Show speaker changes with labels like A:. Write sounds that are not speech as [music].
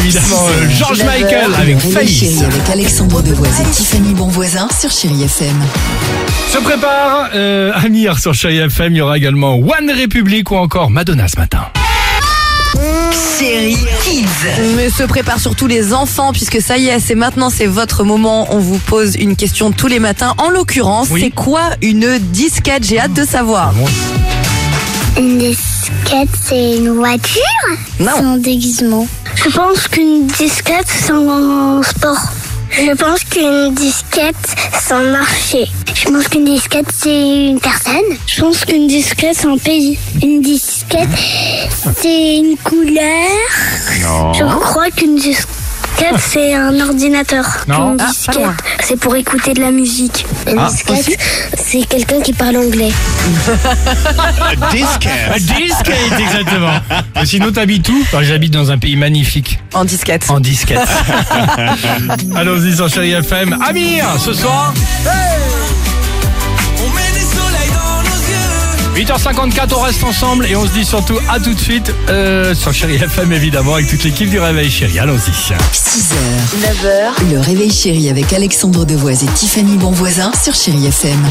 A: Évidemment, euh, George Michael avec Face.
B: Chérie avec Alexandre Devoise et Tiffany Bonvoisin sur Chérie FM.
A: Se prépare euh, Amir sur Chérie FM. Il y aura également One Republic ou encore Madonna ce matin.
B: Chérie Kids.
C: Mais se prépare surtout les enfants, puisque ça y est, c'est maintenant, c'est votre moment. On vous pose une question tous les matins. En l'occurrence,
A: Oui.
C: c'est quoi une disquette J'ai hâte de savoir.
D: Une disquette, c'est une voiture
C: Non.
D: C'est un déguisement. Ah Je pense qu'une disquette, c'est un sport. Je pense qu'une disquette, c'est un marché. Je pense qu'une disquette, c'est une personne. Je pense qu'une disquette, c'est un pays. Une disquette, c'est une couleur. Je crois qu'une disquette, c'est un ordinateur.
A: Non.
D: Une
C: Ah, pas
D: disquette,
C: loin.
D: c'est pour écouter de la musique. Une
A: Ah,
D: disquette, c'est quelqu'un qui parle anglais.
A: Disquette, exactement. Et sinon, t'habites où Enfin, J'habite dans un pays magnifique,
C: En disquette.
A: en disquette. [laughs] Allons-y sur Chérie FM. Amir, ce soir. 8h54, on reste ensemble et on se dit surtout à tout de suite euh, sur Chérie FM évidemment avec toute l'équipe du Réveil Chérie. Allons-y.
B: 6h, 9h. Le réveil chéri avec Alexandre Devoise et Tiffany Bonvoisin sur Chérie FM.